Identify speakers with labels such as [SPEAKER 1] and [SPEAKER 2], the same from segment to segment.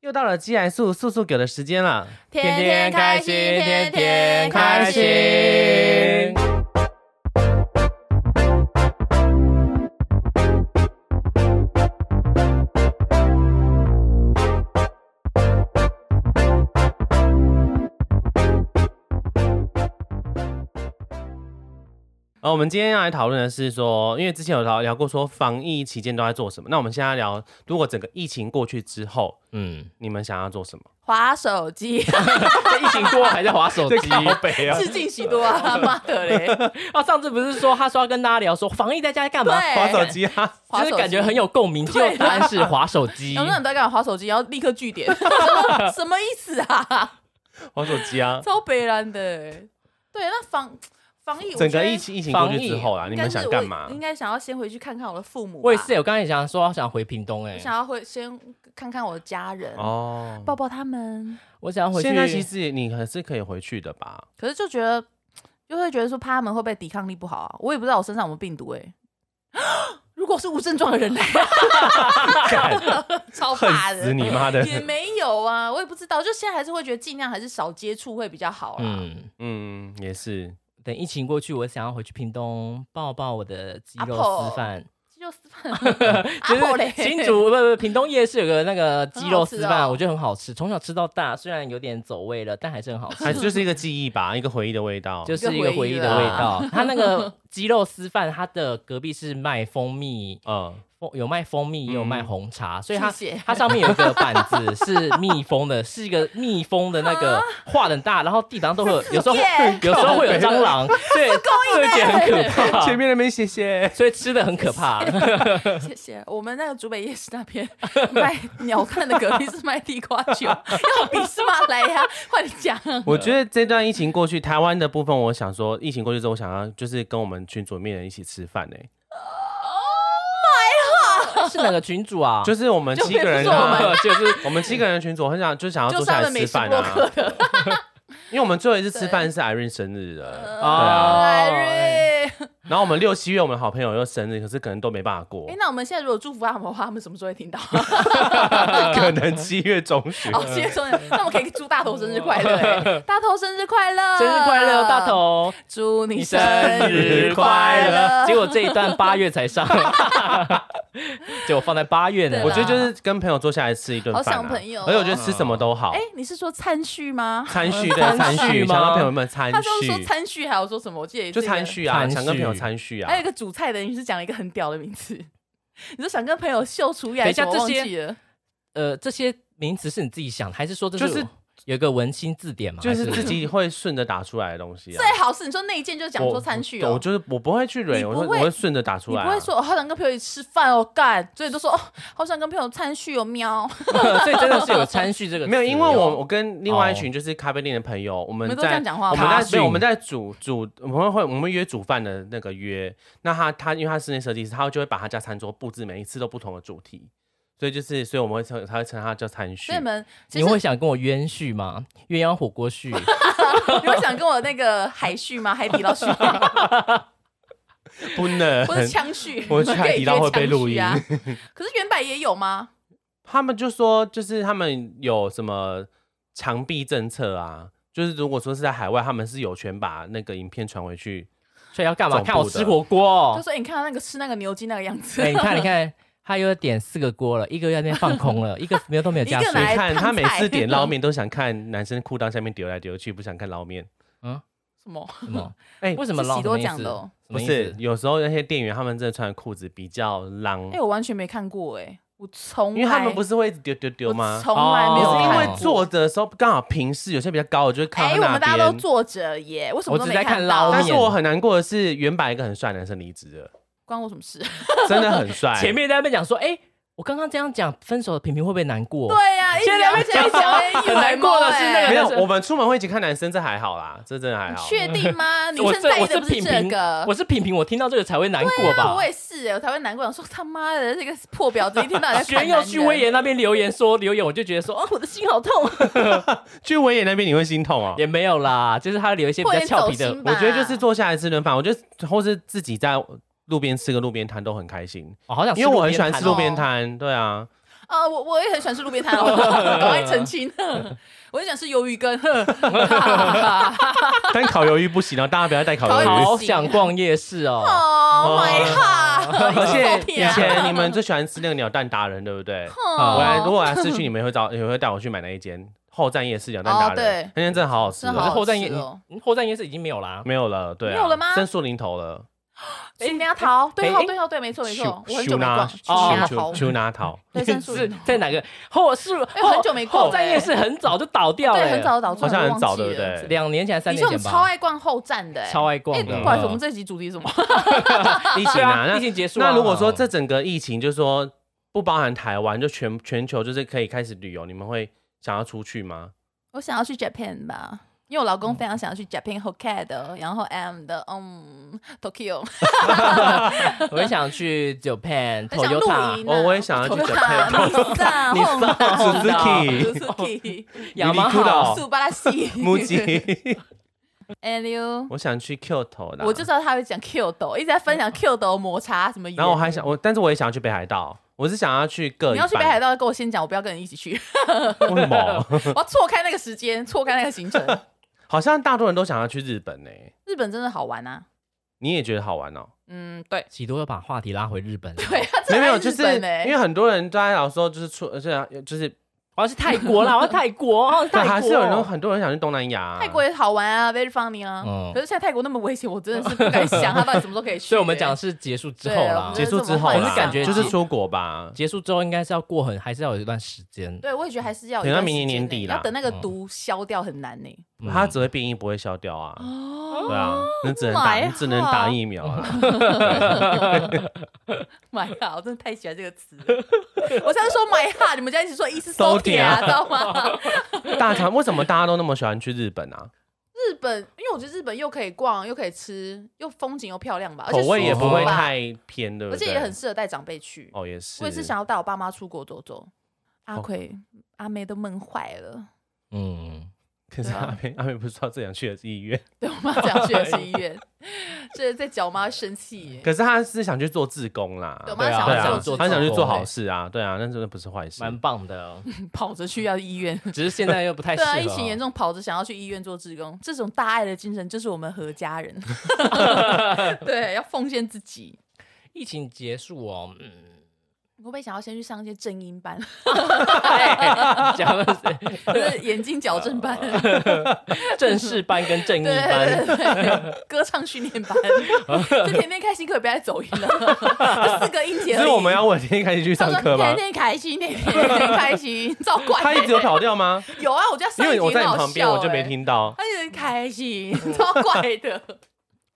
[SPEAKER 1] 又到了鸡来素素素狗的时间了，
[SPEAKER 2] 天天开心天天开心。
[SPEAKER 1] 而哦我们今天要来讨论的是说，因为之前有聊聊过说防疫期间都在做什么，那我们现在聊，如果整个疫情过去之后，
[SPEAKER 3] 嗯，
[SPEAKER 1] 你们想要做什么？
[SPEAKER 2] 划手 机，
[SPEAKER 3] 在疫情过后还在划 手机，
[SPEAKER 1] 北
[SPEAKER 2] 致敬许多 啊，妈的嘞！
[SPEAKER 3] 啊，上次不是说他说要跟大家聊说防疫在家干嘛？
[SPEAKER 2] 对
[SPEAKER 1] 划手机啊，
[SPEAKER 2] 滑手
[SPEAKER 3] 就是
[SPEAKER 2] 机
[SPEAKER 3] 感觉很有共鸣，结果答案是划手 机
[SPEAKER 2] 有。没有人在干嘛？划手机，然后立刻据 点，什么什么意思啊？
[SPEAKER 1] 划手机啊。
[SPEAKER 2] 超北然的欸。对，那防防疫，我
[SPEAKER 1] 整
[SPEAKER 2] 觉
[SPEAKER 1] 个
[SPEAKER 2] 得
[SPEAKER 1] 疫情疫情过去之后啦，你
[SPEAKER 2] 应该
[SPEAKER 1] 们
[SPEAKER 2] 是
[SPEAKER 1] 想
[SPEAKER 2] 我
[SPEAKER 1] 干嘛？
[SPEAKER 2] 应该想要先回去看看我的父母吧。
[SPEAKER 3] 我也是，我刚才也想说想回屏东哎
[SPEAKER 2] 我，想要回先看看我的家人，
[SPEAKER 1] 哦，
[SPEAKER 2] 抱抱他们。
[SPEAKER 3] 我想回去。
[SPEAKER 1] 现在其实你还是可以回去的 吧？
[SPEAKER 2] 可是就觉得，就会觉得说怕他们会不会抵抗力不好啊？我也不知道我身上有没有病毒哎、 如果是无症状的人类， 超
[SPEAKER 1] 恨
[SPEAKER 2] 怕
[SPEAKER 1] 死
[SPEAKER 2] 的。
[SPEAKER 1] 你妈的！
[SPEAKER 2] 也没有啊，我也不知道，就现在还是会觉得尽量还是少接触会比较好啊啦。
[SPEAKER 3] 嗯，
[SPEAKER 1] 嗯，也 是。
[SPEAKER 3] 等疫情过去，我想要回去屏东抱抱我的鸡
[SPEAKER 2] 阿
[SPEAKER 3] 肉
[SPEAKER 2] 婆
[SPEAKER 3] 丝饭，
[SPEAKER 2] 鸡 肉丝饭，阿婆嘞，
[SPEAKER 3] 新竹不不屏东夜市有个那个鸡肉丝
[SPEAKER 2] 很好吃
[SPEAKER 3] 饭，
[SPEAKER 2] 哦
[SPEAKER 3] 我觉得很好吃，从小吃到大，虽然有点走味了，但还是很好吃
[SPEAKER 1] 还。是就是一个记忆吧，一个回忆的味道。
[SPEAKER 3] 就是是一个回忆
[SPEAKER 2] 一
[SPEAKER 3] 的
[SPEAKER 2] 个回
[SPEAKER 3] 味
[SPEAKER 2] 忆啦
[SPEAKER 3] 道。它那个鸡肉丝饭，它的隔壁是卖蜂蜜，
[SPEAKER 1] 嗯，
[SPEAKER 3] 蜂有卖蜂蜜，也有卖
[SPEAKER 1] 嗯
[SPEAKER 3] 红茶，所以它
[SPEAKER 2] 谢谢
[SPEAKER 3] 它上面有一个板子是密封的，是一个密封的那
[SPEAKER 2] 啊
[SPEAKER 3] 个画的大，然后地板上都会有，有时候
[SPEAKER 2] 耶
[SPEAKER 3] 有时候会有蟑螂，对，这
[SPEAKER 2] 欸
[SPEAKER 3] 一点很可怕，
[SPEAKER 1] 前面那边谢谢。
[SPEAKER 3] 所以吃的很可怕。
[SPEAKER 2] 谢谢。我们那个竹北夜市那边 卖鸟瞰的隔壁是卖地瓜球， 要比是吗？来呀、快点讲。 啊
[SPEAKER 1] 我觉得这段疫情过去，台湾的部分，我想说，疫情过去之后，我想要就是跟我们群组里面人一起吃饭欸呢、
[SPEAKER 2] ！Oh
[SPEAKER 3] 是哪个群主啊？
[SPEAKER 1] 就是我们
[SPEAKER 2] 就
[SPEAKER 1] 七个人
[SPEAKER 2] 比如说我们
[SPEAKER 1] 啊，
[SPEAKER 3] 就是
[SPEAKER 1] 我们七个人的群组，我很想就是想要
[SPEAKER 2] 就
[SPEAKER 1] 坐
[SPEAKER 2] 是他
[SPEAKER 1] 下来
[SPEAKER 2] 们美
[SPEAKER 1] 吃
[SPEAKER 2] 食
[SPEAKER 1] 饭
[SPEAKER 2] 博客
[SPEAKER 1] 啊，
[SPEAKER 2] 的
[SPEAKER 1] 因为我们最后一次吃饭是 Irene 生日 的，啊
[SPEAKER 3] 哦
[SPEAKER 2] 艾瑞。
[SPEAKER 1] 然后我们六七月我们好朋友又生日，可是可能都没办法过
[SPEAKER 2] 哎，，那我们现在如果祝福他们的话，他们什么时候会听到？
[SPEAKER 1] 可能七月中旬。
[SPEAKER 2] 哦，谢谢收养。那我们可以祝大头生日 快乐，哎大头生日快乐，
[SPEAKER 3] 生日快乐，哦大，头！
[SPEAKER 2] 祝啊你
[SPEAKER 3] 你
[SPEAKER 2] 生
[SPEAKER 3] 生
[SPEAKER 2] 日
[SPEAKER 3] 日
[SPEAKER 2] 快
[SPEAKER 3] 快
[SPEAKER 2] 乐
[SPEAKER 3] 乐！。结果这一段八月才上， 结果放在八月
[SPEAKER 2] 对。
[SPEAKER 3] 呢
[SPEAKER 2] 啦
[SPEAKER 1] 我觉得就是跟朋友坐下来吃一顿
[SPEAKER 2] 好
[SPEAKER 1] 饭、啊，
[SPEAKER 2] 想朋友哦
[SPEAKER 1] 而且我觉得吃什么都好
[SPEAKER 2] 哎，，你是说餐叙吗？
[SPEAKER 1] 餐叙对
[SPEAKER 3] 餐
[SPEAKER 1] 餐叙，
[SPEAKER 3] 叙吗
[SPEAKER 1] 想到朋友们餐
[SPEAKER 2] 他说说
[SPEAKER 1] 叙，
[SPEAKER 2] 餐叙，还有说什么？我记得也
[SPEAKER 1] 就是
[SPEAKER 2] 一个哎
[SPEAKER 1] 餐叙啊，
[SPEAKER 3] 餐叙
[SPEAKER 1] 想跟朋友餐叙啊
[SPEAKER 2] 还有。一个煮菜的，你是讲了一个很屌的名字， 你说想跟朋友秀厨艺
[SPEAKER 3] 等
[SPEAKER 2] 还
[SPEAKER 3] 一
[SPEAKER 2] 是
[SPEAKER 3] 下
[SPEAKER 2] 什么，
[SPEAKER 3] 这些
[SPEAKER 2] 忘记了
[SPEAKER 3] 呃，这些名词是你自己想的，还是说这
[SPEAKER 1] 就是是
[SPEAKER 3] 有一个文青字典嘛？
[SPEAKER 1] 就是
[SPEAKER 3] 还
[SPEAKER 1] 自己会顺着打出来的东西啊。
[SPEAKER 2] 最哎好是你说那一件就讲说餐叙
[SPEAKER 1] 我
[SPEAKER 2] 哦
[SPEAKER 1] 我。就是我不会去蕊，
[SPEAKER 2] 你
[SPEAKER 1] 我
[SPEAKER 2] 不会
[SPEAKER 1] 会我会顺着打出
[SPEAKER 2] 你
[SPEAKER 1] 来、
[SPEAKER 2] 不
[SPEAKER 1] 啊。
[SPEAKER 2] 会说哦，好想跟朋友一起吃饭哦，干，所以都说哦，好想跟朋友餐叙哦，喵，
[SPEAKER 3] 所以真的是有参序这个词
[SPEAKER 1] 没有，因为我我跟另外一群就是咖啡店的朋友，我们
[SPEAKER 2] 你们都这
[SPEAKER 1] 在
[SPEAKER 2] 样讲话吗
[SPEAKER 1] 我们在
[SPEAKER 3] 咖
[SPEAKER 1] 没
[SPEAKER 3] 啡
[SPEAKER 1] 有我们在煮煮，我们会我们约煮饭的那个约。那他他因为他室内设计师，他就会把他家餐桌布置每一次都不同的主题，所以就是所以我们会称他会称他叫餐叙
[SPEAKER 2] 所以。你们其
[SPEAKER 3] 你
[SPEAKER 2] 实
[SPEAKER 3] 会想跟我冤续吗？鸳鸯火锅 续，
[SPEAKER 2] 你会想跟我那个海续吗？海底捞续吗？
[SPEAKER 1] 不能，
[SPEAKER 2] 或是枪 续？
[SPEAKER 1] 我去
[SPEAKER 2] 你们可
[SPEAKER 1] 海
[SPEAKER 2] 以
[SPEAKER 1] 底捞
[SPEAKER 2] 约
[SPEAKER 1] 会被
[SPEAKER 2] 枪
[SPEAKER 1] 录
[SPEAKER 2] 续啊。可是原版也有吗？
[SPEAKER 1] 他们就说，就是他们有什么长臂政策啊，就是如果说是在海外，他们是有权把那个影片传回去。
[SPEAKER 3] 所以要干嘛？
[SPEAKER 1] 总部的
[SPEAKER 3] 看我吃火锅
[SPEAKER 2] 就
[SPEAKER 3] 哦！
[SPEAKER 2] 说、欸你看他那个吃那个牛筋那个样子，
[SPEAKER 3] 哎，你看，你看，他又点四个锅了，一个在那边放空 了，一个没有都没有加
[SPEAKER 2] 一个
[SPEAKER 3] 水
[SPEAKER 2] 来。
[SPEAKER 1] 你看
[SPEAKER 2] 烫
[SPEAKER 1] 他每
[SPEAKER 2] 菜
[SPEAKER 1] 次点捞面都想看男生裤裆下面丢来丢去，不想看捞面。
[SPEAKER 2] 什么？
[SPEAKER 3] 什么？
[SPEAKER 1] 哎
[SPEAKER 3] 为什么
[SPEAKER 2] 是
[SPEAKER 3] 浪？
[SPEAKER 2] 喜
[SPEAKER 3] 什
[SPEAKER 2] 多
[SPEAKER 3] 么意
[SPEAKER 2] 讲
[SPEAKER 3] 思
[SPEAKER 2] 的哦？
[SPEAKER 3] 什
[SPEAKER 1] 不
[SPEAKER 3] 么意
[SPEAKER 1] 是
[SPEAKER 3] 思，？
[SPEAKER 1] 有时候那些店员他们真的穿的裤子比较浪
[SPEAKER 2] 哎、，我完全没看过哎、我从来
[SPEAKER 1] 因为他们不是会一直丢丢丢
[SPEAKER 2] 我
[SPEAKER 1] 吗？
[SPEAKER 2] 从来没有
[SPEAKER 3] 哦
[SPEAKER 1] 因
[SPEAKER 2] 看过
[SPEAKER 3] 我是
[SPEAKER 1] 为坐着的时候刚好平视，有些比较高，我就会看
[SPEAKER 2] 哎、
[SPEAKER 1] 到
[SPEAKER 2] 我
[SPEAKER 1] 他
[SPEAKER 2] 们大
[SPEAKER 1] 那
[SPEAKER 2] 家都
[SPEAKER 1] 边。
[SPEAKER 2] 坐着耶，为什么
[SPEAKER 3] 我
[SPEAKER 2] 都
[SPEAKER 3] 只
[SPEAKER 2] 没
[SPEAKER 3] 在看
[SPEAKER 2] 看
[SPEAKER 3] 捞
[SPEAKER 2] 到？
[SPEAKER 3] 面
[SPEAKER 1] 但是我很难过的是，原版一个很帅的男生离职了，
[SPEAKER 2] 关我什么 事？
[SPEAKER 1] 真的很帅。
[SPEAKER 3] 前面在那边讲说，哎，我刚刚这样讲，分手的平平会不会难过？
[SPEAKER 2] 对呀、啊，一直
[SPEAKER 3] 现在
[SPEAKER 2] 聊
[SPEAKER 3] 被
[SPEAKER 2] 这样
[SPEAKER 3] 讲
[SPEAKER 2] 讲，哎
[SPEAKER 3] 很难过的是那个
[SPEAKER 1] 没有
[SPEAKER 3] 但，是
[SPEAKER 1] 我们出门会一起看男生，这还好啦，这真的还好。
[SPEAKER 2] 确定吗？女
[SPEAKER 3] 我
[SPEAKER 2] 生在
[SPEAKER 3] 是
[SPEAKER 2] 意
[SPEAKER 3] 我
[SPEAKER 2] 的
[SPEAKER 3] 是
[SPEAKER 2] 不是
[SPEAKER 3] 品
[SPEAKER 2] 这
[SPEAKER 3] 评
[SPEAKER 2] 个，。
[SPEAKER 3] 我是品评，我听到这个才会难过吧
[SPEAKER 2] 我？也是哎、我才会难过，想说他妈的这个破婊子一天到晚在
[SPEAKER 3] 学
[SPEAKER 2] 看
[SPEAKER 3] 友
[SPEAKER 2] 男
[SPEAKER 3] 去
[SPEAKER 2] 人
[SPEAKER 3] 威，严那边留言说留言，我就觉得说啊，我的心好痛。
[SPEAKER 1] 去维也那边你会心痛哦。
[SPEAKER 3] 也没有啦，就是他留一些比
[SPEAKER 2] 或
[SPEAKER 3] 较
[SPEAKER 2] 者
[SPEAKER 3] 俏
[SPEAKER 2] 走
[SPEAKER 3] 皮的
[SPEAKER 2] 心。吧。
[SPEAKER 1] 我觉得就是坐下来吃顿饭，我觉得或是自己在路边吃个路边摊都很开心，
[SPEAKER 3] 哦我好想吃
[SPEAKER 1] 因为我很喜欢
[SPEAKER 3] 路边
[SPEAKER 1] 吃路边
[SPEAKER 3] 摊哦
[SPEAKER 1] 摊。对啊，
[SPEAKER 2] 啊，我我也很喜欢吃路边摊，啊我赶快澄清， 我很想吃鱿鱼羹， 哦
[SPEAKER 1] 但烤鱿鱼不行，然后啊大家不要带烤
[SPEAKER 2] 烤鱿鱼
[SPEAKER 1] 鱿鱼。
[SPEAKER 3] 好想逛夜市哦。
[SPEAKER 2] 哦 my god！
[SPEAKER 1] 而且以
[SPEAKER 2] 你是狗屁
[SPEAKER 1] 前
[SPEAKER 2] 啊
[SPEAKER 1] 你们最喜欢吃那个鸟蛋达人，对不对？啊
[SPEAKER 2] 哦
[SPEAKER 1] 我来，如果我来市区，你们也会找，也会带我去买那一间后站夜市鸟蛋达
[SPEAKER 2] 哦
[SPEAKER 1] 人，
[SPEAKER 2] 对
[SPEAKER 1] 那间真的好好吃
[SPEAKER 2] 真
[SPEAKER 3] 可是
[SPEAKER 2] 好
[SPEAKER 1] 哦，
[SPEAKER 3] 后站夜
[SPEAKER 2] 好吃哦
[SPEAKER 3] 嗯后站夜市已经没有啦。
[SPEAKER 1] 没有了，对啊，
[SPEAKER 2] 没有了吗
[SPEAKER 1] 真树林头了，
[SPEAKER 2] 新娘桃，对
[SPEAKER 3] 哎
[SPEAKER 2] 号
[SPEAKER 3] 哎
[SPEAKER 2] 对号对，没错没错，我很久
[SPEAKER 1] 修
[SPEAKER 2] 没
[SPEAKER 1] 拿
[SPEAKER 2] 逛
[SPEAKER 3] 哦
[SPEAKER 2] 新
[SPEAKER 1] 修
[SPEAKER 2] 桃，
[SPEAKER 1] 修拿 桃，
[SPEAKER 2] 对
[SPEAKER 3] 你
[SPEAKER 2] 申诉
[SPEAKER 3] 是在哪个后是
[SPEAKER 2] 哎我很久没逛
[SPEAKER 3] 后站夜市很早就倒掉了，
[SPEAKER 2] 对，很早倒出
[SPEAKER 1] 好
[SPEAKER 2] 来，
[SPEAKER 1] 像
[SPEAKER 2] 我
[SPEAKER 1] 很
[SPEAKER 2] 忘
[SPEAKER 1] 早，
[SPEAKER 2] 记
[SPEAKER 1] 对不
[SPEAKER 2] 了？
[SPEAKER 1] 对？
[SPEAKER 3] 两年前还是三
[SPEAKER 2] 以前我
[SPEAKER 3] 年前
[SPEAKER 2] 们
[SPEAKER 3] 吧。
[SPEAKER 2] 超爱逛后站的，哎
[SPEAKER 3] 超爱逛
[SPEAKER 2] 哎
[SPEAKER 3] 的
[SPEAKER 2] 不好意思，我们这集主题是什么？
[SPEAKER 1] 疫
[SPEAKER 3] 对
[SPEAKER 1] 情啊，
[SPEAKER 3] 啊，
[SPEAKER 1] 那
[SPEAKER 3] 疫情结束啊。
[SPEAKER 1] 那如果说这整个疫情，就是说不包含台湾，就全全球就是可以开始旅游，你们会想要出去吗？
[SPEAKER 2] 我想要去 Japan 吧。因为我老公非常想要去 Japan Hokkaido，然后 M 的嗯 Tokyo，
[SPEAKER 3] 我也想去 Japan
[SPEAKER 2] 很想露
[SPEAKER 3] Toyota
[SPEAKER 2] 营、啊。
[SPEAKER 1] 哦我也想要去 Japan
[SPEAKER 2] Japan，你上
[SPEAKER 1] Suzuki
[SPEAKER 2] Suzuki，
[SPEAKER 3] 雅马
[SPEAKER 1] 你哭的
[SPEAKER 3] 哈
[SPEAKER 1] 哦
[SPEAKER 2] 苏巴拉西，
[SPEAKER 1] 木 吉，
[SPEAKER 2] 哎呦，
[SPEAKER 1] 我想去 Q 头的，
[SPEAKER 2] 我就知道他会讲 Q 斗，一直在分享 Q 斗摩擦什么。
[SPEAKER 1] 然后我还想，我，但是我也想要去北海道，我是想要去各
[SPEAKER 2] 你
[SPEAKER 1] 一
[SPEAKER 2] 要去北海
[SPEAKER 1] 半，
[SPEAKER 2] 道，跟我先讲，我不要跟你一 起去，
[SPEAKER 1] 为什么？
[SPEAKER 2] 我要错开那个时间，错开那个行程。
[SPEAKER 1] 好像大多人都想要去日本呢、
[SPEAKER 2] 日本真的好玩啊，
[SPEAKER 1] 你也觉得好玩哦、
[SPEAKER 2] 嗯，对
[SPEAKER 3] 喜多又把话题拉回日本，
[SPEAKER 2] 对，，他
[SPEAKER 1] 没
[SPEAKER 2] 真
[SPEAKER 1] 有
[SPEAKER 2] 的
[SPEAKER 1] 没有，
[SPEAKER 2] 爱
[SPEAKER 1] 就
[SPEAKER 2] 日
[SPEAKER 1] 是
[SPEAKER 2] 本欸
[SPEAKER 1] 因为很多人都在老说，就是出，而且就是，
[SPEAKER 3] 我要去泰国啦，我要泰国， 我要去泰
[SPEAKER 1] 但
[SPEAKER 3] 国，
[SPEAKER 1] 还是有人很多人想去东南亚、
[SPEAKER 2] 哦泰国，也好玩啊，very funny 啊。
[SPEAKER 1] 哦
[SPEAKER 3] 嗯
[SPEAKER 2] 可是现在泰国那么危险，我真的是不敢想 他到底什么时候可以去欸。
[SPEAKER 3] 所以我们讲是结束之后
[SPEAKER 2] 对啊我
[SPEAKER 3] 啦
[SPEAKER 2] 们，
[SPEAKER 1] 结束之后
[SPEAKER 3] 可
[SPEAKER 1] 啦，
[SPEAKER 3] 是感觉
[SPEAKER 1] 就是出国吧，
[SPEAKER 3] 结束之后应该是要过很，还是要有一段时间。
[SPEAKER 2] 对，我也觉得还是要
[SPEAKER 1] 等
[SPEAKER 2] 有一
[SPEAKER 1] 到
[SPEAKER 2] 段
[SPEAKER 1] 明年
[SPEAKER 2] 时间
[SPEAKER 1] 年底
[SPEAKER 2] 欸
[SPEAKER 1] 啦哦
[SPEAKER 2] 要等那个
[SPEAKER 3] 嗯
[SPEAKER 2] 毒消掉很难欸呢。
[SPEAKER 3] 嗯
[SPEAKER 1] 它只会变异，不会消掉啊。
[SPEAKER 2] 哦
[SPEAKER 1] 对啊，那只能
[SPEAKER 2] my
[SPEAKER 1] 打，只能打
[SPEAKER 2] god
[SPEAKER 1] 疫苗啊。
[SPEAKER 2] 买啊哈，我真的太喜欢这个词了。我上次说买啊哈，你们家一直说一次收帖啊，知 道吗？
[SPEAKER 1] 大肠为什么大家都那么喜欢去日本啊？
[SPEAKER 2] 日本，因为我觉得日本又可以逛，又可以吃，又风景又漂亮吧，而且
[SPEAKER 1] 口味也
[SPEAKER 2] 舒
[SPEAKER 1] 不
[SPEAKER 2] 服
[SPEAKER 1] 会
[SPEAKER 2] 吧，
[SPEAKER 1] 太偏，对不
[SPEAKER 2] 而
[SPEAKER 1] 对？
[SPEAKER 2] 且也很适合带长辈去。
[SPEAKER 1] 哦，也是。
[SPEAKER 2] 我也是想要带我爸妈出国走走。阿
[SPEAKER 1] 哦
[SPEAKER 2] 奎、阿妹都闷坏 了，
[SPEAKER 3] 嗯，
[SPEAKER 1] 可是
[SPEAKER 2] 对啊
[SPEAKER 1] 阿妹，阿妹不知道最想去的是医院，
[SPEAKER 2] 对我妈这样去的是医院，这在叫我妈生气耶。
[SPEAKER 1] 可是她是想去做志工啦。
[SPEAKER 2] 对我妈
[SPEAKER 3] 对啊，
[SPEAKER 2] 想
[SPEAKER 1] 对
[SPEAKER 2] 要
[SPEAKER 1] 啊，
[SPEAKER 2] 做
[SPEAKER 1] 她
[SPEAKER 2] 志
[SPEAKER 1] 想去
[SPEAKER 2] 工欸
[SPEAKER 1] 做好，事啊，对啊，那真的不是坏事。
[SPEAKER 3] 蛮棒的。哦
[SPEAKER 2] 跑着去要医院，
[SPEAKER 3] 只是现在又不太适
[SPEAKER 2] 对
[SPEAKER 3] 合。哦
[SPEAKER 2] 啊，疫情严重，跑着想要去医院做志工，这种大爱的精神就是我们何家 人，对，要奉献自己。
[SPEAKER 3] 疫情结束哦，嗯，
[SPEAKER 2] 你会不会想要先去上一些正音 班，
[SPEAKER 3] 讲的是
[SPEAKER 2] 或者眼睛矫正班？
[SPEAKER 1] 呃
[SPEAKER 3] 正式班跟正义
[SPEAKER 2] 对
[SPEAKER 3] 班，
[SPEAKER 2] 对对对，歌唱训 练班，就天天开心课，不要再走音了，就四个音节而已。
[SPEAKER 1] 所以我们要稳定开始去
[SPEAKER 2] 他
[SPEAKER 1] 上
[SPEAKER 2] 说
[SPEAKER 1] 课吗
[SPEAKER 2] 天？天开心，天天开心，照怪。
[SPEAKER 1] 她一直有跑掉 吗？
[SPEAKER 2] 有啊，我家上
[SPEAKER 1] 因
[SPEAKER 2] 一集
[SPEAKER 1] 为我在
[SPEAKER 2] 很
[SPEAKER 1] 你
[SPEAKER 2] 好
[SPEAKER 1] 旁边，
[SPEAKER 2] 笑
[SPEAKER 1] 我就没
[SPEAKER 2] 欸。
[SPEAKER 1] 听到。
[SPEAKER 2] 他一直开心，超怪 的。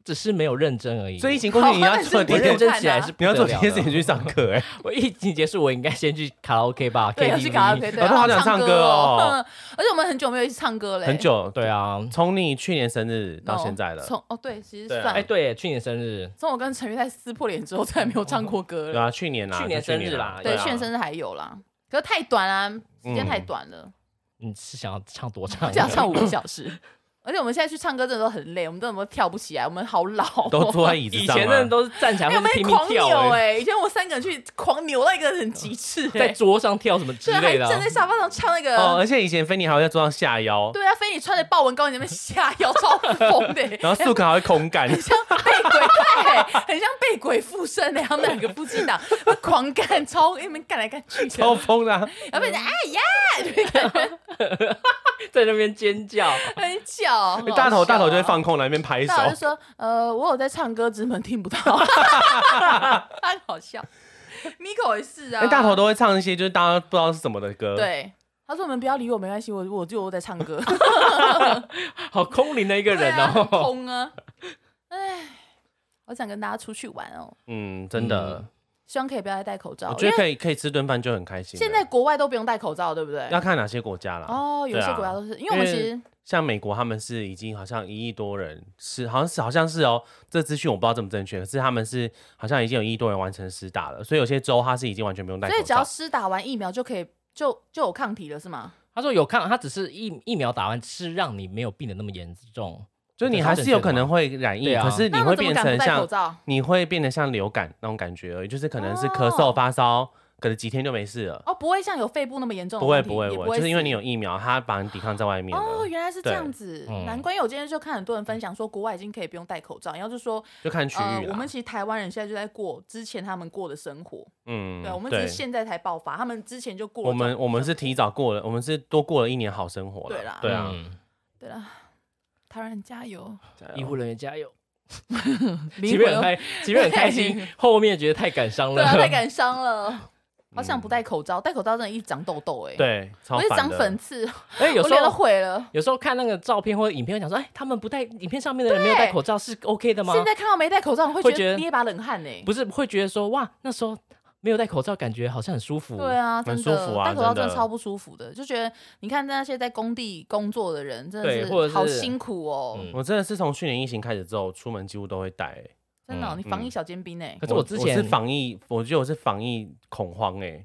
[SPEAKER 3] 只是没有认真而已。
[SPEAKER 1] 所以疫情过去，你要做第
[SPEAKER 3] 我
[SPEAKER 1] 一件
[SPEAKER 3] 认
[SPEAKER 2] 好
[SPEAKER 3] 真起来是
[SPEAKER 1] 你要做
[SPEAKER 3] 不
[SPEAKER 1] 第
[SPEAKER 3] 得
[SPEAKER 1] 一件
[SPEAKER 3] 了
[SPEAKER 1] 事
[SPEAKER 3] 的
[SPEAKER 1] 情去上课，哎，
[SPEAKER 3] 我疫情结束，我应该先去卡拉 OK 吧
[SPEAKER 2] 对，要去卡拉 OK，
[SPEAKER 3] KTV。
[SPEAKER 2] 对，
[SPEAKER 1] 我都好想
[SPEAKER 2] 唱
[SPEAKER 1] 唱歌
[SPEAKER 2] 哦
[SPEAKER 1] 哦。
[SPEAKER 2] 嗯而且我们很久没有一起唱歌嘞，欸
[SPEAKER 1] 很久。
[SPEAKER 3] 对，啊，
[SPEAKER 2] 嗯
[SPEAKER 1] 从你去年生日
[SPEAKER 2] No，
[SPEAKER 1] 到现在了，
[SPEAKER 2] 从哦对，其实
[SPEAKER 1] 对啊
[SPEAKER 2] 算
[SPEAKER 3] 哎，对，去年生日，
[SPEAKER 2] 从我跟陈玉泰撕破脸之后，再也没有唱过歌
[SPEAKER 1] 对
[SPEAKER 2] 了。
[SPEAKER 1] 啊，去年啦，
[SPEAKER 3] 去年
[SPEAKER 1] 就
[SPEAKER 3] 生日啦
[SPEAKER 1] 啊
[SPEAKER 2] 对，
[SPEAKER 3] 对
[SPEAKER 2] 去 年生日还有啦，可是太短啦，时间太短
[SPEAKER 1] 嗯
[SPEAKER 2] 了，
[SPEAKER 3] 你是想要唱多唱？
[SPEAKER 2] 只想唱五个小时。 而且我们现在去唱歌真的都很累，我们都有没有跳不起来？我们好老哦，
[SPEAKER 1] 都 坐在椅子
[SPEAKER 3] 以
[SPEAKER 1] 上
[SPEAKER 3] 前
[SPEAKER 1] 吗
[SPEAKER 3] 的人都是站起来
[SPEAKER 2] 哎，我
[SPEAKER 3] 会
[SPEAKER 2] 们
[SPEAKER 3] 拼命
[SPEAKER 2] 狂扭
[SPEAKER 3] 跳，
[SPEAKER 1] 欸
[SPEAKER 3] 哎，
[SPEAKER 2] 哎，以前我们三个人去狂扭到一个很极致
[SPEAKER 3] 在
[SPEAKER 2] 哎，
[SPEAKER 3] 桌上跳什么之
[SPEAKER 2] 对，还
[SPEAKER 3] 类的
[SPEAKER 2] 站
[SPEAKER 3] 啊
[SPEAKER 2] 在。沙发上唱那
[SPEAKER 1] 哦，
[SPEAKER 2] 个。
[SPEAKER 1] 而且以前菲尼还会在桌上下腰，
[SPEAKER 2] 对啊，菲你穿着豹纹高，你在那边下腰超疯的，欸
[SPEAKER 1] 然后素可还会空 干，
[SPEAKER 2] 很像被鬼害、很像被鬼附身的、他们两个夫妻档狂干，超你们干来干去的，
[SPEAKER 1] 超疯的啊。
[SPEAKER 2] 然后被人家哎呀，就被人家
[SPEAKER 3] 在那边尖叫，
[SPEAKER 2] 很叫，很好
[SPEAKER 1] 哎
[SPEAKER 2] 笑啊
[SPEAKER 1] 大头大头就会，放空来那边拍手，
[SPEAKER 2] 大头就说呃，我有在唱歌，只是你们听不到， 很好笑。Miko 也是啊，
[SPEAKER 1] 哎，大头都会唱一些就是大家不知道是什么的歌，，
[SPEAKER 2] 对。他说：“你们不要理我，没关系，我我就我在唱歌。
[SPEAKER 3] 好空灵的一 个
[SPEAKER 2] 对
[SPEAKER 3] 人
[SPEAKER 2] 啊，很
[SPEAKER 3] 哦。
[SPEAKER 2] 空啊，哎，我想跟大家出去玩哦，
[SPEAKER 1] 嗯，真的，
[SPEAKER 2] 希望可以不要再戴口罩，
[SPEAKER 1] 我
[SPEAKER 2] 因
[SPEAKER 1] 觉
[SPEAKER 2] 为
[SPEAKER 1] 得可以可以吃顿饭就很开心了。
[SPEAKER 2] 嗯现在国外都不用戴口罩，对不对？
[SPEAKER 1] 要看哪些国家啦，
[SPEAKER 2] 哦，有
[SPEAKER 1] 对
[SPEAKER 2] 些
[SPEAKER 1] 啊
[SPEAKER 2] 国家都是，因为我们其实
[SPEAKER 1] 像美国他们是已经好像一亿多人是好像是好像是哦，这资讯我不知道正不正确，可是他们是好像已经有一亿多人完成施打了，所以有些州它是已经完全不用戴
[SPEAKER 2] 所以
[SPEAKER 1] 口
[SPEAKER 2] 只要
[SPEAKER 1] 罩。
[SPEAKER 2] 施打完疫苗就可以就就有抗体了，是吗？
[SPEAKER 3] 他说有抗，他只是疫疫苗打完，只是让你没有病的那么严重。
[SPEAKER 1] 就是你还是有可能会染疫，
[SPEAKER 3] 对啊
[SPEAKER 1] 可是你
[SPEAKER 2] 那我
[SPEAKER 1] 会
[SPEAKER 2] 怎么
[SPEAKER 1] 变
[SPEAKER 2] 敢不
[SPEAKER 1] 成
[SPEAKER 2] 戴口
[SPEAKER 1] 像
[SPEAKER 2] 罩？
[SPEAKER 1] 你会变得像流感那种感觉而已，就是可能是咳嗽、
[SPEAKER 2] 哦
[SPEAKER 1] 发烧，可能几天就没事了。
[SPEAKER 2] 哦，不会像有肺部那么严重的
[SPEAKER 1] 不会
[SPEAKER 2] 问题，
[SPEAKER 1] 不会
[SPEAKER 2] 也
[SPEAKER 1] 不
[SPEAKER 2] 不
[SPEAKER 1] 会，就是因为你
[SPEAKER 2] 有
[SPEAKER 1] 有疫苗，它把你抵抗在外面
[SPEAKER 2] 哦，
[SPEAKER 1] 了，
[SPEAKER 2] 原来是这
[SPEAKER 1] 对
[SPEAKER 2] 样子，
[SPEAKER 3] 嗯
[SPEAKER 2] 难怪因为我今天就看很多人分享说，国外已经可以不用戴口罩，然后就说
[SPEAKER 1] 就看区
[SPEAKER 2] 呃
[SPEAKER 1] 域，
[SPEAKER 2] 我
[SPEAKER 1] 啦
[SPEAKER 2] 们。其实台湾人现在就在过之前他们过的生活，
[SPEAKER 1] 嗯，
[SPEAKER 2] 对，我们只是现在才爆发，他们之前就过了
[SPEAKER 1] 我
[SPEAKER 2] 这种生活。
[SPEAKER 1] 们我们是提早过了，我们是多过了一年好生活了。
[SPEAKER 2] 对啦
[SPEAKER 1] 对啊，
[SPEAKER 3] 嗯
[SPEAKER 2] 对了，台湾人 加油，
[SPEAKER 1] 加
[SPEAKER 3] 医
[SPEAKER 1] 油
[SPEAKER 3] 护人员加 油！
[SPEAKER 2] 灵魂又
[SPEAKER 3] 前面很开，前面很开心
[SPEAKER 2] 对，
[SPEAKER 3] 后面觉得太感伤
[SPEAKER 2] 对啊，太
[SPEAKER 3] 了。
[SPEAKER 2] 感伤 了，好想不戴口罩，戴口罩真的一直长痘痘哎，，
[SPEAKER 1] 嗯对，超
[SPEAKER 2] 我一直
[SPEAKER 1] 烦
[SPEAKER 2] 长
[SPEAKER 1] 的
[SPEAKER 2] 粉刺，
[SPEAKER 3] 哎，有
[SPEAKER 2] 我
[SPEAKER 3] 时
[SPEAKER 2] 脸都
[SPEAKER 3] 候
[SPEAKER 2] 毁了。
[SPEAKER 3] 有时候看那个照片或者影片，想说，哎，他们不戴影片上面的人没有戴口罩是 OK 的吗？
[SPEAKER 2] 现在看到没戴口罩，我会
[SPEAKER 3] 会
[SPEAKER 2] 觉
[SPEAKER 3] 觉
[SPEAKER 2] 得
[SPEAKER 3] 得
[SPEAKER 2] 捏一把冷汗欸呢。
[SPEAKER 3] 不是会觉得说，哇，那时候没有戴口罩，感觉好像很舒服。
[SPEAKER 2] 对啊，真
[SPEAKER 1] 很
[SPEAKER 2] 的
[SPEAKER 1] 舒服啊
[SPEAKER 2] 戴口罩真
[SPEAKER 1] 真
[SPEAKER 2] 的
[SPEAKER 1] 的
[SPEAKER 2] 超不舒服的，就觉得你看那些在工地工作的人，真
[SPEAKER 3] 对或
[SPEAKER 2] 的
[SPEAKER 3] 者
[SPEAKER 2] 是
[SPEAKER 3] 是
[SPEAKER 2] 好辛苦哦，
[SPEAKER 3] 嗯
[SPEAKER 1] 我真的是从去年疫情开始之后，出门几乎都会戴、欸。
[SPEAKER 2] 真的哦，
[SPEAKER 3] 嗯
[SPEAKER 2] 你防疫小尖兵哎
[SPEAKER 3] 可，是我之前
[SPEAKER 1] 我是防疫，我觉得我是防疫恐慌哎、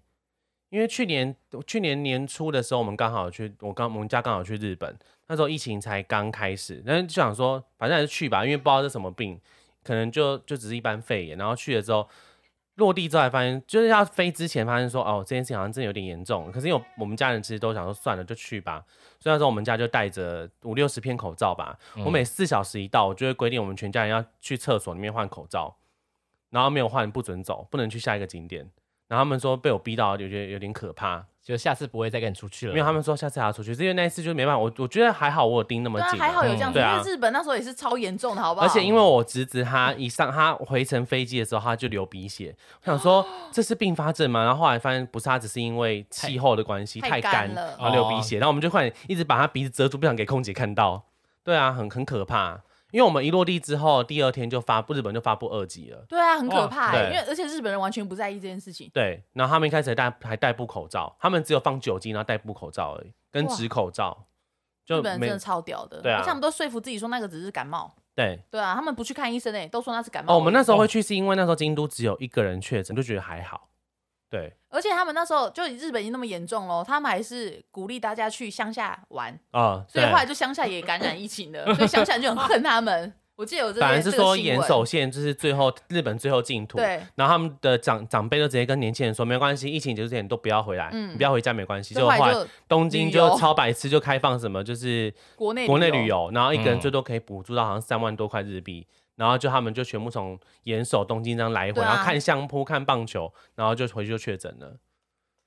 [SPEAKER 1] 因为去年去年年初的时候，我们刚好去，我刚我们家刚好去日本，那时候疫情才刚开始，但是就想说反正还是去吧，因为不知道是什么病，可能就就只是一般肺炎。然后去了之后，落地之后才发现，就是要飞之前发现说哦这件事情好像真的有点严重，可是因为我们家人其实都想说算了就去吧，所以那时候我们家就带着五六十片口罩吧，
[SPEAKER 3] 嗯
[SPEAKER 1] 我每四小时一到，我就会规定我们全家人要去厕所里面换口罩，然后没有换不准走，不能去下一个景点。然后他们说被我逼到，有觉得有点可怕，
[SPEAKER 3] 就下次不会再跟你出去了。
[SPEAKER 1] 因为他们说下次还要出去，是因为那一次就没办法，我我觉得还好我有盯那么
[SPEAKER 2] 对啊，
[SPEAKER 1] 紧啊、
[SPEAKER 2] 还好有这样
[SPEAKER 1] 嗯
[SPEAKER 2] 子，
[SPEAKER 1] 对
[SPEAKER 2] 因
[SPEAKER 1] 啊
[SPEAKER 2] 为日本那时候也是超严重的，好不好？
[SPEAKER 1] 而且因为我侄子他一上他回程飞机的时候他就流鼻血，我想 说这是并发症吗？然后后来发现不是，他只是因为气候的关系
[SPEAKER 2] 太
[SPEAKER 1] 太
[SPEAKER 2] 干
[SPEAKER 1] 干哦
[SPEAKER 2] 了
[SPEAKER 1] 然后流鼻血，然后我们就快点一直把他鼻子遮住，不想给空姐看到。对啊，很很可怕，因为我们一落地之后，第二天就发布日本就发布二级了。
[SPEAKER 2] 对啊，很可怕欸，
[SPEAKER 1] 哇对
[SPEAKER 2] 因为而且日本人完全不在意这件事情，
[SPEAKER 1] 对，然后他们一开始还戴还戴布口罩，他们只有放酒精，然后戴布口罩而已，跟
[SPEAKER 2] 哇
[SPEAKER 1] 纸口罩
[SPEAKER 2] 日
[SPEAKER 1] 就
[SPEAKER 2] 本人真
[SPEAKER 1] 没
[SPEAKER 2] 的超屌的，
[SPEAKER 1] 对啊
[SPEAKER 2] 而且他们都说服自己说那个只是感冒，
[SPEAKER 1] 对。
[SPEAKER 2] 对啊，他们不去看医生哎，都说那是感冒而已。
[SPEAKER 1] 哦，我们那时候会去是因为那时候京都只有一个人确诊，就觉得还好。对，
[SPEAKER 2] 而且他们那时候就日本已经那么严重了，他们还是鼓励大家去乡下玩，
[SPEAKER 1] 啊、
[SPEAKER 2] 所
[SPEAKER 1] 对。
[SPEAKER 2] 以后来就乡下也感染疫情了，所以乡下人就很恨 他们。我记得有这个
[SPEAKER 1] 反而是
[SPEAKER 2] 这个
[SPEAKER 1] 说
[SPEAKER 2] 新
[SPEAKER 1] 岩
[SPEAKER 2] 闻
[SPEAKER 1] 手县就是最后日本最后净土，
[SPEAKER 2] 对，
[SPEAKER 1] 然后他们的长长辈就直接跟年轻人说，没关系，疫情结束之前你都不要回来，
[SPEAKER 2] 嗯
[SPEAKER 1] 你不要回家没关系。
[SPEAKER 2] 所以
[SPEAKER 1] 就
[SPEAKER 2] 后
[SPEAKER 1] 后
[SPEAKER 2] 来
[SPEAKER 1] 来
[SPEAKER 2] 就
[SPEAKER 1] 东京
[SPEAKER 2] 旅
[SPEAKER 1] 就
[SPEAKER 2] 游
[SPEAKER 1] 超白痴，就开放什么就是
[SPEAKER 2] 国内
[SPEAKER 1] 国内旅
[SPEAKER 2] 游，
[SPEAKER 1] 游，然后一个人
[SPEAKER 3] 嗯
[SPEAKER 1] 最多可以补助到好像三万多块日币。然后就他们就全部从岩手、东京这样来回，
[SPEAKER 2] 对啊
[SPEAKER 1] 然后看相扑、看棒球，然后就回去就确诊了。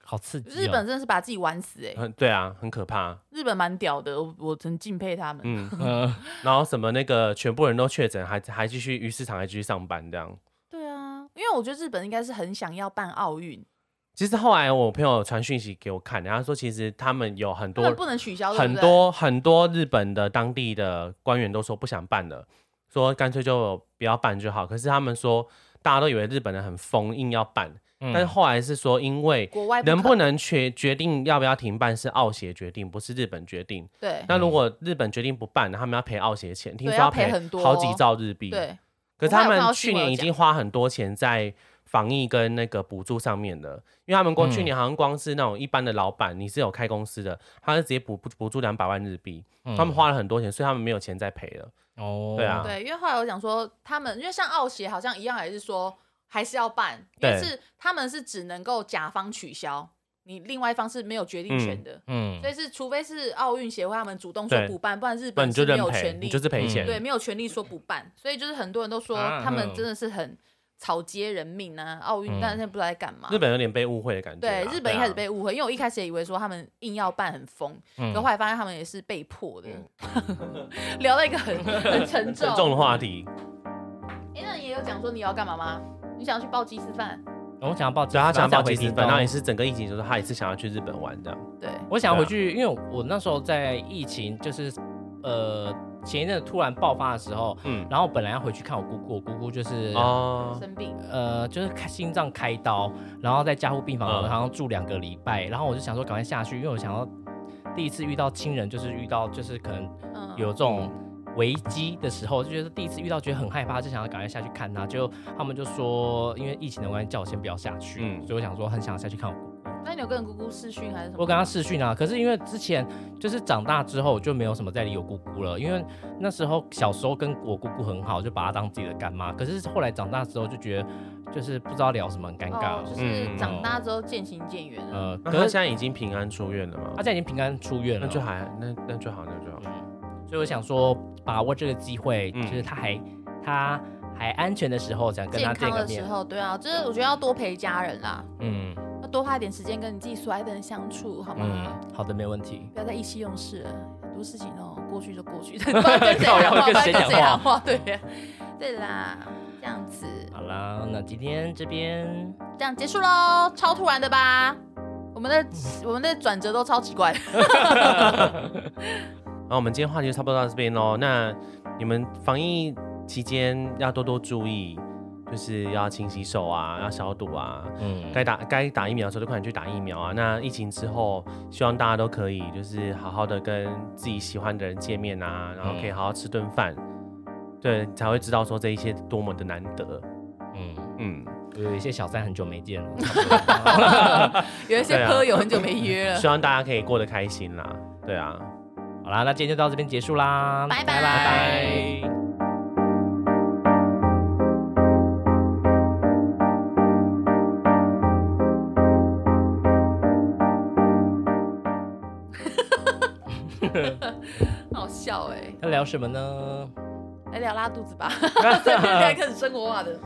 [SPEAKER 3] 好刺激、哦。
[SPEAKER 2] 日本真的是把自己玩死哎、
[SPEAKER 1] 很对啊，很可怕。
[SPEAKER 2] 日本蛮屌的，我我很敬佩他们。
[SPEAKER 1] 嗯，
[SPEAKER 3] 嗯，
[SPEAKER 1] 然后什么那个全部人都确诊，还还继续鱼市场还继续上班这样。
[SPEAKER 2] 对啊，因为我觉得日本应该是很想要办奥运，
[SPEAKER 1] 其实后来我朋友传讯息给我看，然后说其实他们有很
[SPEAKER 2] 他
[SPEAKER 1] 多
[SPEAKER 2] 们不能取消，对不
[SPEAKER 1] 很
[SPEAKER 2] 对
[SPEAKER 1] 多很多日本的当地的官员都说不想办了，说干脆就不要办就好。可是他们说大家都以为日本人很疯，硬要办，但是后来是说因为。
[SPEAKER 2] 国外
[SPEAKER 1] 能
[SPEAKER 2] 不可
[SPEAKER 1] 不能决决定要不要停办是奥协决定，不是日本决定。
[SPEAKER 2] 对
[SPEAKER 1] 那如果日本决定不办，他们要赔奥协钱，听说
[SPEAKER 2] 要
[SPEAKER 1] 要
[SPEAKER 2] 赔
[SPEAKER 1] 赔
[SPEAKER 2] 很多
[SPEAKER 1] 好几兆日币。
[SPEAKER 2] 对，
[SPEAKER 1] 可是
[SPEAKER 2] 我
[SPEAKER 1] 他
[SPEAKER 2] 还有看到
[SPEAKER 1] 们
[SPEAKER 2] 新
[SPEAKER 1] 去
[SPEAKER 2] 闻有
[SPEAKER 1] 年已经花很多钱在防疫跟那个补助上面了，因为他们光
[SPEAKER 3] 嗯
[SPEAKER 1] 去年好像光是那种一般的老板，你是有开公司的，他是直接补补补助两百万日币，
[SPEAKER 2] 嗯
[SPEAKER 1] 他们花了很多钱，所以他们没有钱再赔了。
[SPEAKER 3] 哦，
[SPEAKER 1] 对啊
[SPEAKER 2] 对，因为后来我想说，他们因为像奥协好像一样，还是说还是要办，因
[SPEAKER 1] 对
[SPEAKER 2] 为是他们是只能够甲方取消，你另外一方是没有决定权的，
[SPEAKER 3] 嗯
[SPEAKER 2] 所以是除非是奥运协会他们主动说
[SPEAKER 1] 对
[SPEAKER 2] 不办，不然日
[SPEAKER 1] 不然
[SPEAKER 2] 本
[SPEAKER 1] 你就是
[SPEAKER 2] 没
[SPEAKER 1] 认
[SPEAKER 2] 有
[SPEAKER 1] 赔
[SPEAKER 2] 权，利，嗯
[SPEAKER 1] 你就是赔钱。
[SPEAKER 2] 对没有权利说不办，所以就是很多人都说
[SPEAKER 3] 啊
[SPEAKER 2] 他们
[SPEAKER 3] 嗯
[SPEAKER 2] 真的是很草菅人命啊，奥运
[SPEAKER 3] 嗯
[SPEAKER 2] 但是不知道在干嘛。
[SPEAKER 1] 日本有点被误会的感觉啦。
[SPEAKER 2] 对日本一
[SPEAKER 1] 啊
[SPEAKER 2] 开始被误会，因为我一开始也以为说他们硬要办很疯，
[SPEAKER 1] 嗯
[SPEAKER 3] 嗯
[SPEAKER 2] 可后来发现他们也是被迫的。 聊到一 个很很沉重
[SPEAKER 1] 沉嗯重的话题，
[SPEAKER 2] 嗯哎、那你也有讲说你要干嘛吗？你想要去报鸡翅饭？
[SPEAKER 3] 我想要报，
[SPEAKER 1] 啊只要他想要报
[SPEAKER 3] 回
[SPEAKER 1] 回
[SPEAKER 3] 地
[SPEAKER 1] 日本，然后
[SPEAKER 3] 方
[SPEAKER 1] 也是整个疫情就是他也是想要去日本玩这样。
[SPEAKER 2] 对，
[SPEAKER 3] 我想要回
[SPEAKER 1] 啊
[SPEAKER 3] 去，因为我那时候在疫情，就是呃前一阵突然爆发的时候，
[SPEAKER 1] 嗯，
[SPEAKER 3] 然后本来要回去看我姑姑，我姑姑就是、
[SPEAKER 1] 哦，
[SPEAKER 2] 生病。
[SPEAKER 3] 呃就是开心脏开刀，然后在加护病房
[SPEAKER 1] 嗯
[SPEAKER 3] 好像住两个礼拜，然后我就想说赶快下去，因为我想要第一次遇到亲人，就是遇到就是可能
[SPEAKER 2] 嗯，
[SPEAKER 3] 有这种危机的时候，就觉得第一次遇到，觉得很害怕，就想要赶快下去看他。就他们就说，因为疫情的关系，叫我先不要下去，
[SPEAKER 1] 嗯
[SPEAKER 3] 所以我想说很想下去看我姑姑。
[SPEAKER 2] 那你有跟你姑姑视讯还是什么？
[SPEAKER 3] 我跟他视讯啊，可是因为之前就是长大之后，我就没有什么再理我姑姑了，因为那时候小时候跟我姑姑很好，就把她当自己的干妈。可是后来长大之后，就觉得就是不知道聊什么，很尴尬
[SPEAKER 2] 哦，就
[SPEAKER 3] 哦。
[SPEAKER 2] 是
[SPEAKER 1] 嗯
[SPEAKER 2] 长大之后渐行渐远了。
[SPEAKER 3] 呃，
[SPEAKER 1] 那
[SPEAKER 3] 可
[SPEAKER 1] 他
[SPEAKER 3] 是
[SPEAKER 1] 现在已经平安出院了吗
[SPEAKER 3] 他？现在已经平安出院了，
[SPEAKER 1] 那就还那那就好，那就好。
[SPEAKER 3] 嗯，所以我想说，把握这个机会，
[SPEAKER 1] 嗯
[SPEAKER 3] 就是他还他还安全的时候，想跟
[SPEAKER 2] 健
[SPEAKER 3] 他见
[SPEAKER 2] 康
[SPEAKER 3] 个
[SPEAKER 2] 的时
[SPEAKER 3] 面。
[SPEAKER 2] 候，对啊，就是我觉得要多陪家人啦，
[SPEAKER 3] 嗯
[SPEAKER 2] 要多花一点时间跟你自己所爱的人相处，好吗？
[SPEAKER 3] 嗯，好的，没问题。
[SPEAKER 2] 不要再意气用事了，很多事情哦，过去就过 去， 不知道跟谁讲话，
[SPEAKER 3] 靠
[SPEAKER 2] 不知
[SPEAKER 3] 要跟
[SPEAKER 2] 道
[SPEAKER 3] 谁
[SPEAKER 2] 跟
[SPEAKER 3] 讲
[SPEAKER 2] 谁
[SPEAKER 3] 话
[SPEAKER 2] 讲话，对呀，对啦，这样子，
[SPEAKER 3] 好啦，那今天这边
[SPEAKER 2] 这样结束喽，超突然的吧？我们的
[SPEAKER 3] 嗯
[SPEAKER 2] 我们的转折都超奇怪，
[SPEAKER 1] 那我们今天话题就差不多到这边喽。那你们防疫期间要多多注意，就是要勤洗手啊，要消毒啊。
[SPEAKER 3] 嗯，
[SPEAKER 1] 该打该打疫苗的时候就快点去打疫苗啊！那疫情之后，希望大家都可以就是好好的跟自己喜欢的人见面啊，然后可以好好吃顿饭，对，才会知道说这一切多么的难得。
[SPEAKER 3] 嗯，
[SPEAKER 1] 嗯，
[SPEAKER 3] 有一些小三很久没见了，
[SPEAKER 2] 有一些
[SPEAKER 1] 对啊
[SPEAKER 2] 朋友很久没约了
[SPEAKER 1] 希，望大家可以过得开心啦。对啊，
[SPEAKER 3] 好啦，那今天就到这边结束啦，
[SPEAKER 2] 拜
[SPEAKER 3] 拜
[SPEAKER 2] 拜
[SPEAKER 3] 拜。
[SPEAKER 2] 好笑哎、
[SPEAKER 3] 要聊什么呢？
[SPEAKER 2] 来聊拉肚子吧，这应该很生活化的。